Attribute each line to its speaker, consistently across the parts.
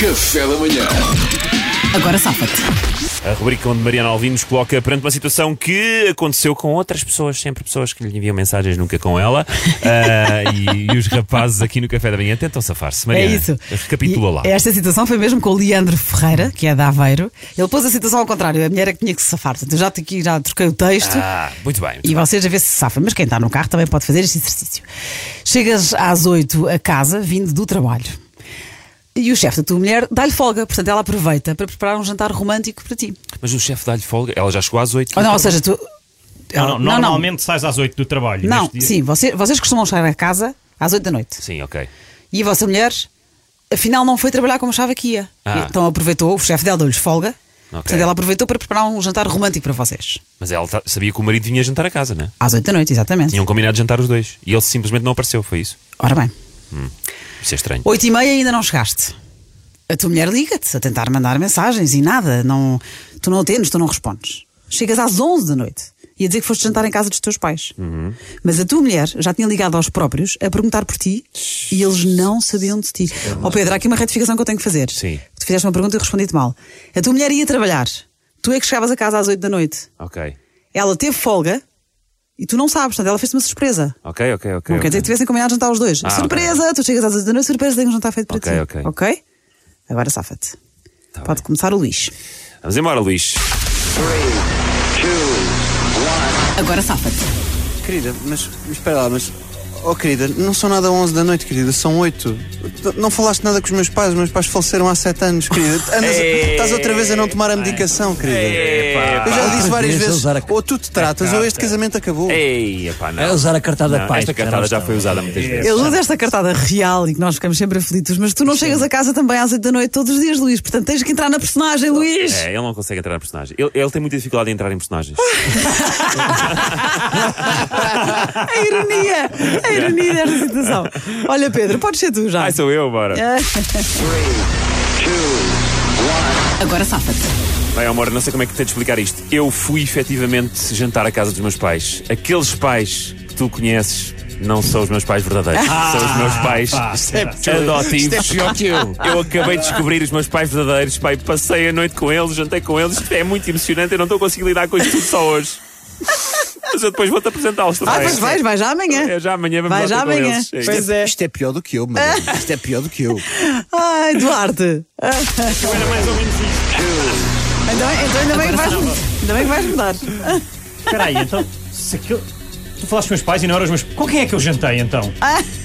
Speaker 1: Café da manhã.
Speaker 2: Agora safa-te.
Speaker 3: A rubrica onde Mariana Alvim nos coloca perante uma situação que aconteceu com outras pessoas, sempre pessoas que lhe enviam mensagens, nunca com ela. Ah, e, e os rapazes aqui no Café da Manhã tentam safar-se.
Speaker 2: É
Speaker 3: Mariana,
Speaker 2: isso.
Speaker 3: recapitula
Speaker 2: E
Speaker 3: lá.
Speaker 2: Esta é situação foi mesmo com o Leandro Ferreira, que é da Aveiro. Ele pôs a situação ao contrário. A mulher é que tinha que se safar. Portanto, eu já, te- aqui já troquei o texto.
Speaker 3: Ah, muito bem. muito
Speaker 2: E vocês a ver se safa, mas quem está no carro também pode fazer este exercício. Chegas às 8 a casa, vindo do trabalho. E o chefe da tua mulher dá-lhe folga, portanto ela aproveita para preparar um jantar romântico para ti.
Speaker 3: bem. Mas o chefe dá-lhe folga, ela já chegou às então 8.
Speaker 2: Ou, Ah, não, ou seja, tu.
Speaker 4: Não, não, normalmente sais às 8 do trabalho.
Speaker 2: Não,
Speaker 4: Neste dia-
Speaker 2: sim, você- vocês costumam chegar a casa às 8 da noite.
Speaker 3: Sim, ok.
Speaker 2: E a vossa mulher, afinal, não foi trabalhar como achava que ia.
Speaker 3: Ah.
Speaker 2: Então aproveitou, o chefe dela deu-lhes folga. Portanto, ela aproveitou para preparar um jantar romântico para vocês.
Speaker 3: Mas ela ta- sabia que o marido vinha jantar a casa, né?
Speaker 2: Às 8 da noite, exatamente.
Speaker 3: Tinham combinado de jantar os dois. E ele simplesmente não apareceu, foi isso.
Speaker 2: Ora bem,
Speaker 3: Isso é estranho.
Speaker 2: 8 e meia ainda não chegaste. A tua mulher liga-te a tentar mandar mensagens e nada. Não, tu não atendes, tu não respondes. Chegas às 11 da noite e a dizer que foste jantar em casa dos teus pais. Mas a tua mulher já tinha ligado aos próprios a perguntar por ti e eles não sabiam de ti. Ó Pedro, há aqui uma retificação que eu tenho que fazer.
Speaker 3: Sim.
Speaker 2: Tu fizeste uma pergunta e eu respondi-te mal. A tua mulher ia trabalhar. Tu é que chegavas a casa às 8 da noite.
Speaker 3: Ok.
Speaker 2: Ela teve folga e tu não sabes, portanto, ela fez-te uma surpresa.
Speaker 3: Ok, ok, ok.
Speaker 2: Não quer dizer que tivessem combinado jantar os dois.
Speaker 3: Ah,
Speaker 2: surpresa! Tu chegas às 8 da noite, surpresa, tenho um jantar feito para
Speaker 3: Ok,
Speaker 2: ti.
Speaker 3: ok.
Speaker 2: Ok? Agora safa-te.
Speaker 3: Tá
Speaker 2: Pode começar o Luís.
Speaker 3: Vamos embora, Luís.
Speaker 2: Agora safa-te.
Speaker 5: Querida, mas mas espera lá, mas. Oh querida, não são nada 11 da noite, querida, são 8. T- Não falaste nada com os meus pais, os meus pais faleceram há 7 anos, querida. Andas, estás outra vez a não tomar a medicação, querida.
Speaker 4: Epá,
Speaker 5: Eu já lhe disse várias
Speaker 6: vez a
Speaker 5: vezes,
Speaker 6: usar a-
Speaker 5: ou tu te tratas, ou este casamento acabou.
Speaker 3: Ei, epá, não.
Speaker 6: É usar a cartada
Speaker 3: Não,
Speaker 6: de paz.
Speaker 3: Esta cartada já foi usada muitas vezes.
Speaker 2: Ele usa esta cartada real e que nós ficamos sempre aflitos, mas tu não chegas a casa também às 8 da noite todos os dias, Luís. Portanto, tens que entrar na personagem, Luís.
Speaker 3: É, ele não consegue entrar em personagem. Ele, ele tem muita dificuldade em entrar em personagens.
Speaker 2: A ironia! A ironia desta situação. Olha, Pedro, podes ser tu já.
Speaker 3: Ai, sou eu,
Speaker 2: É.
Speaker 3: bora.
Speaker 2: Agora safa-te.
Speaker 3: Bem, amor, não sei como é que tens de explicar isto. Eu fui efetivamente jantar à casa dos meus pais. Aqueles pais que tu conheces não são os meus pais verdadeiros.
Speaker 2: Ah,
Speaker 3: são os meus pais
Speaker 2: É
Speaker 3: é adotivos. Eu acabei de descobrir os meus pais verdadeiros. Pai, passei a noite com eles, jantei com eles. Isto é muito emocionante. Eu não estou a conseguir lidar com isto tudo só hoje. Mas eu depois vou-te apresentá-los também.
Speaker 2: Ah, pois vais, vais já amanhã.
Speaker 3: É já amanhã, vamos
Speaker 2: Vai
Speaker 3: lá
Speaker 2: já
Speaker 3: ter com
Speaker 2: amanhã.
Speaker 3: eles. É isso.
Speaker 2: Pois é.
Speaker 5: Isto é pior do que eu, mano. Isto é pior do que eu.
Speaker 2: Ai, Duarte.
Speaker 3: Era mais ou menos isto.
Speaker 2: Então, então ainda, bem que vais, ainda bem que vais mudar.
Speaker 4: Espera aí, então. Se aquilo... Tu falaste com os meus pais e não eram os meus. Com quem é que eu jantei então?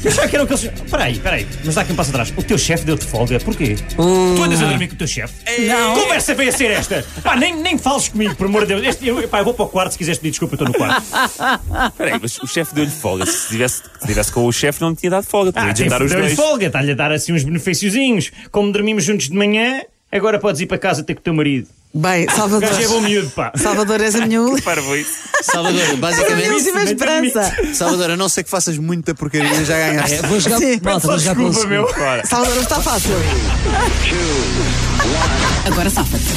Speaker 4: Eu já que eram aqueles. Espera aí, espera aí. Mas dá aqui um passo atrás. O teu chefe deu-te folga, porquê? Tu andas a dormir com o teu chefe? Hum. Não. Conversa veio a ser esta. Pá, nem, nem fales comigo, por amor de Deus. Este, eu, pá, eu vou para o quarto se quiseres pedir desculpa, eu estou no quarto.
Speaker 3: Peraí, mas o chefe deu-lhe folga. Se tivesse, se tivesse com o chefe, não lhe tinha dado folga. Tinha
Speaker 4: Ah,
Speaker 3: de jantar os
Speaker 4: deu-lhe
Speaker 3: dois.
Speaker 4: folga, está-lhe a dar assim uns benefíciozinhos. Como dormimos juntos de manhã, agora podes ir para casa ter com o teu marido.
Speaker 2: Bem,
Speaker 4: O gajo é bom
Speaker 2: Salvador.
Speaker 4: miúdo, pá.
Speaker 2: Salvador, és a minha última.
Speaker 3: Parvo isso.
Speaker 5: Salvador,
Speaker 2: És a minha última
Speaker 4: Mas para mim-
Speaker 2: esperança.
Speaker 5: Salvador, a não ser que faças muita porcaria, já ganhaste.
Speaker 6: É, vou jogar,
Speaker 2: Sim.
Speaker 6: malta, vou jogar pelo
Speaker 4: Desculpa,
Speaker 6: segundo.
Speaker 4: meu.
Speaker 3: Bora.
Speaker 2: Salvador, está fácil. Agora safa-te.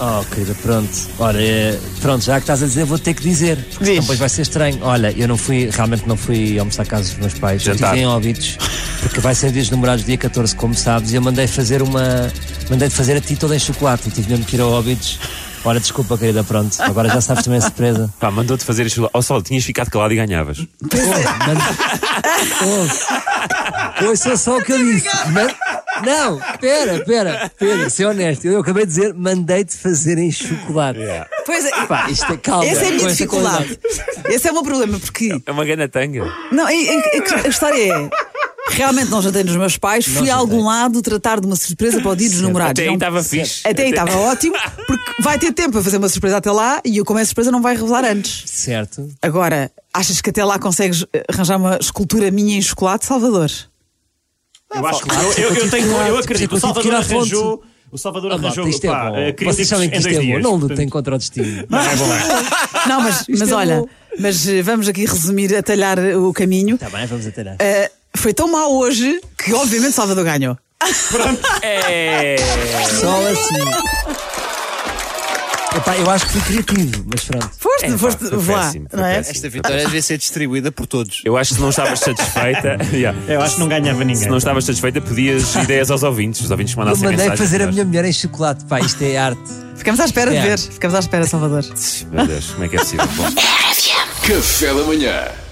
Speaker 6: Oh, querida, pronto. Ora, é, pronto, já que estás a dizer, vou ter que dizer. Porque senão depois vai ser estranho. Olha, eu não fui, realmente não fui almoçar a casa dos meus pais. Eu
Speaker 3: Jantar.
Speaker 6: estive em óbitos, porque vai ser dias de namorados, dia 14, como sabes, e eu mandei fazer uma. Mandei fazer a ti toda em chocolate e tive mesmo que ir a óbitos. Ora, desculpa, querida, pronto. Agora já sabes também a surpresa.
Speaker 3: Pá, mandou-te fazer isto. lá. Ó, Sol, tinhas ficado calado e ganhavas.
Speaker 6: Ouve, ouça é só o que eu disse. Man- Não, pera, pera, pera, ser honesto. Eu acabei de dizer, mandei-te fazer em chocolate.
Speaker 2: Pois é.
Speaker 6: Pá, isto é calma.
Speaker 2: Essa é a minha
Speaker 6: Com esta
Speaker 2: dificuldade.
Speaker 6: qualidade.
Speaker 2: Esse é o meu problema, porque.
Speaker 3: É uma grande tanga.
Speaker 2: Não, é- é- é que a história é. Realmente não jantei nos meus pais, fui a algum lado tratar de uma surpresa para o dia dos namorados.
Speaker 3: Até
Speaker 2: É
Speaker 3: aí
Speaker 2: um-
Speaker 3: estava fixe.
Speaker 2: Até aí estava ótimo, porque vai ter tempo para fazer uma surpresa até lá e eu, como é surpresa, não vai revelar antes.
Speaker 6: Certo.
Speaker 2: Agora, achas que até lá consegues eh, arranjar uma escultura minha em chocolate, Salvador?
Speaker 6: É
Speaker 4: Eu acho que eu, eu,
Speaker 6: tipo
Speaker 4: eu, tenho, eu acredito. O
Speaker 6: Tive que ir
Speaker 4: Salvador
Speaker 6: à fonte.
Speaker 4: arranjou. O Salvador
Speaker 6: Ah,
Speaker 4: arranjou.
Speaker 6: malta, isto é
Speaker 4: pá,
Speaker 6: bom.
Speaker 4: eh,
Speaker 6: Vocês
Speaker 4: críticos
Speaker 6: sabem que
Speaker 4: em
Speaker 6: isto é
Speaker 4: dois
Speaker 6: bom.
Speaker 4: dias.
Speaker 6: não
Speaker 4: portanto.
Speaker 6: lutem contra o destino.
Speaker 4: Não, é bom, é.
Speaker 2: Não, mas, mas
Speaker 6: é
Speaker 2: olha,
Speaker 6: bom.
Speaker 2: mas eh, vamos aqui resumir, atalhar eh, o caminho.
Speaker 6: Está Tá bem, vamos até
Speaker 2: Eh, foi tão mal hoje que, obviamente, Salvador ganhou.
Speaker 3: É.
Speaker 6: Só assim. Epá, eu acho que fui criativo, mas pronto.
Speaker 2: Foste,
Speaker 3: É, pá,
Speaker 2: foste,
Speaker 3: foi
Speaker 2: vá.
Speaker 3: péssimo, foi
Speaker 2: não é?
Speaker 3: péssimo.
Speaker 5: Esta vitória devia ser distribuída por todos.
Speaker 3: Eu acho que se não estavas satisfeita. Yeah.
Speaker 6: é.
Speaker 4: Eu acho que não ganhava ninguém.
Speaker 3: Se não estavas satisfeita, pedias ideias aos ouvintes. Os ouvintes que
Speaker 6: Eu
Speaker 3: mandassem
Speaker 6: mandei
Speaker 3: mensagens.
Speaker 6: fazer a minha mulher em chocolate, pá, isto é arte.
Speaker 2: Ficamos à espera de
Speaker 6: É.
Speaker 2: ver. Ficamos à espera, Salvador.
Speaker 3: Meu Deus, como é que é possível? Bom.
Speaker 1: Café da Manhã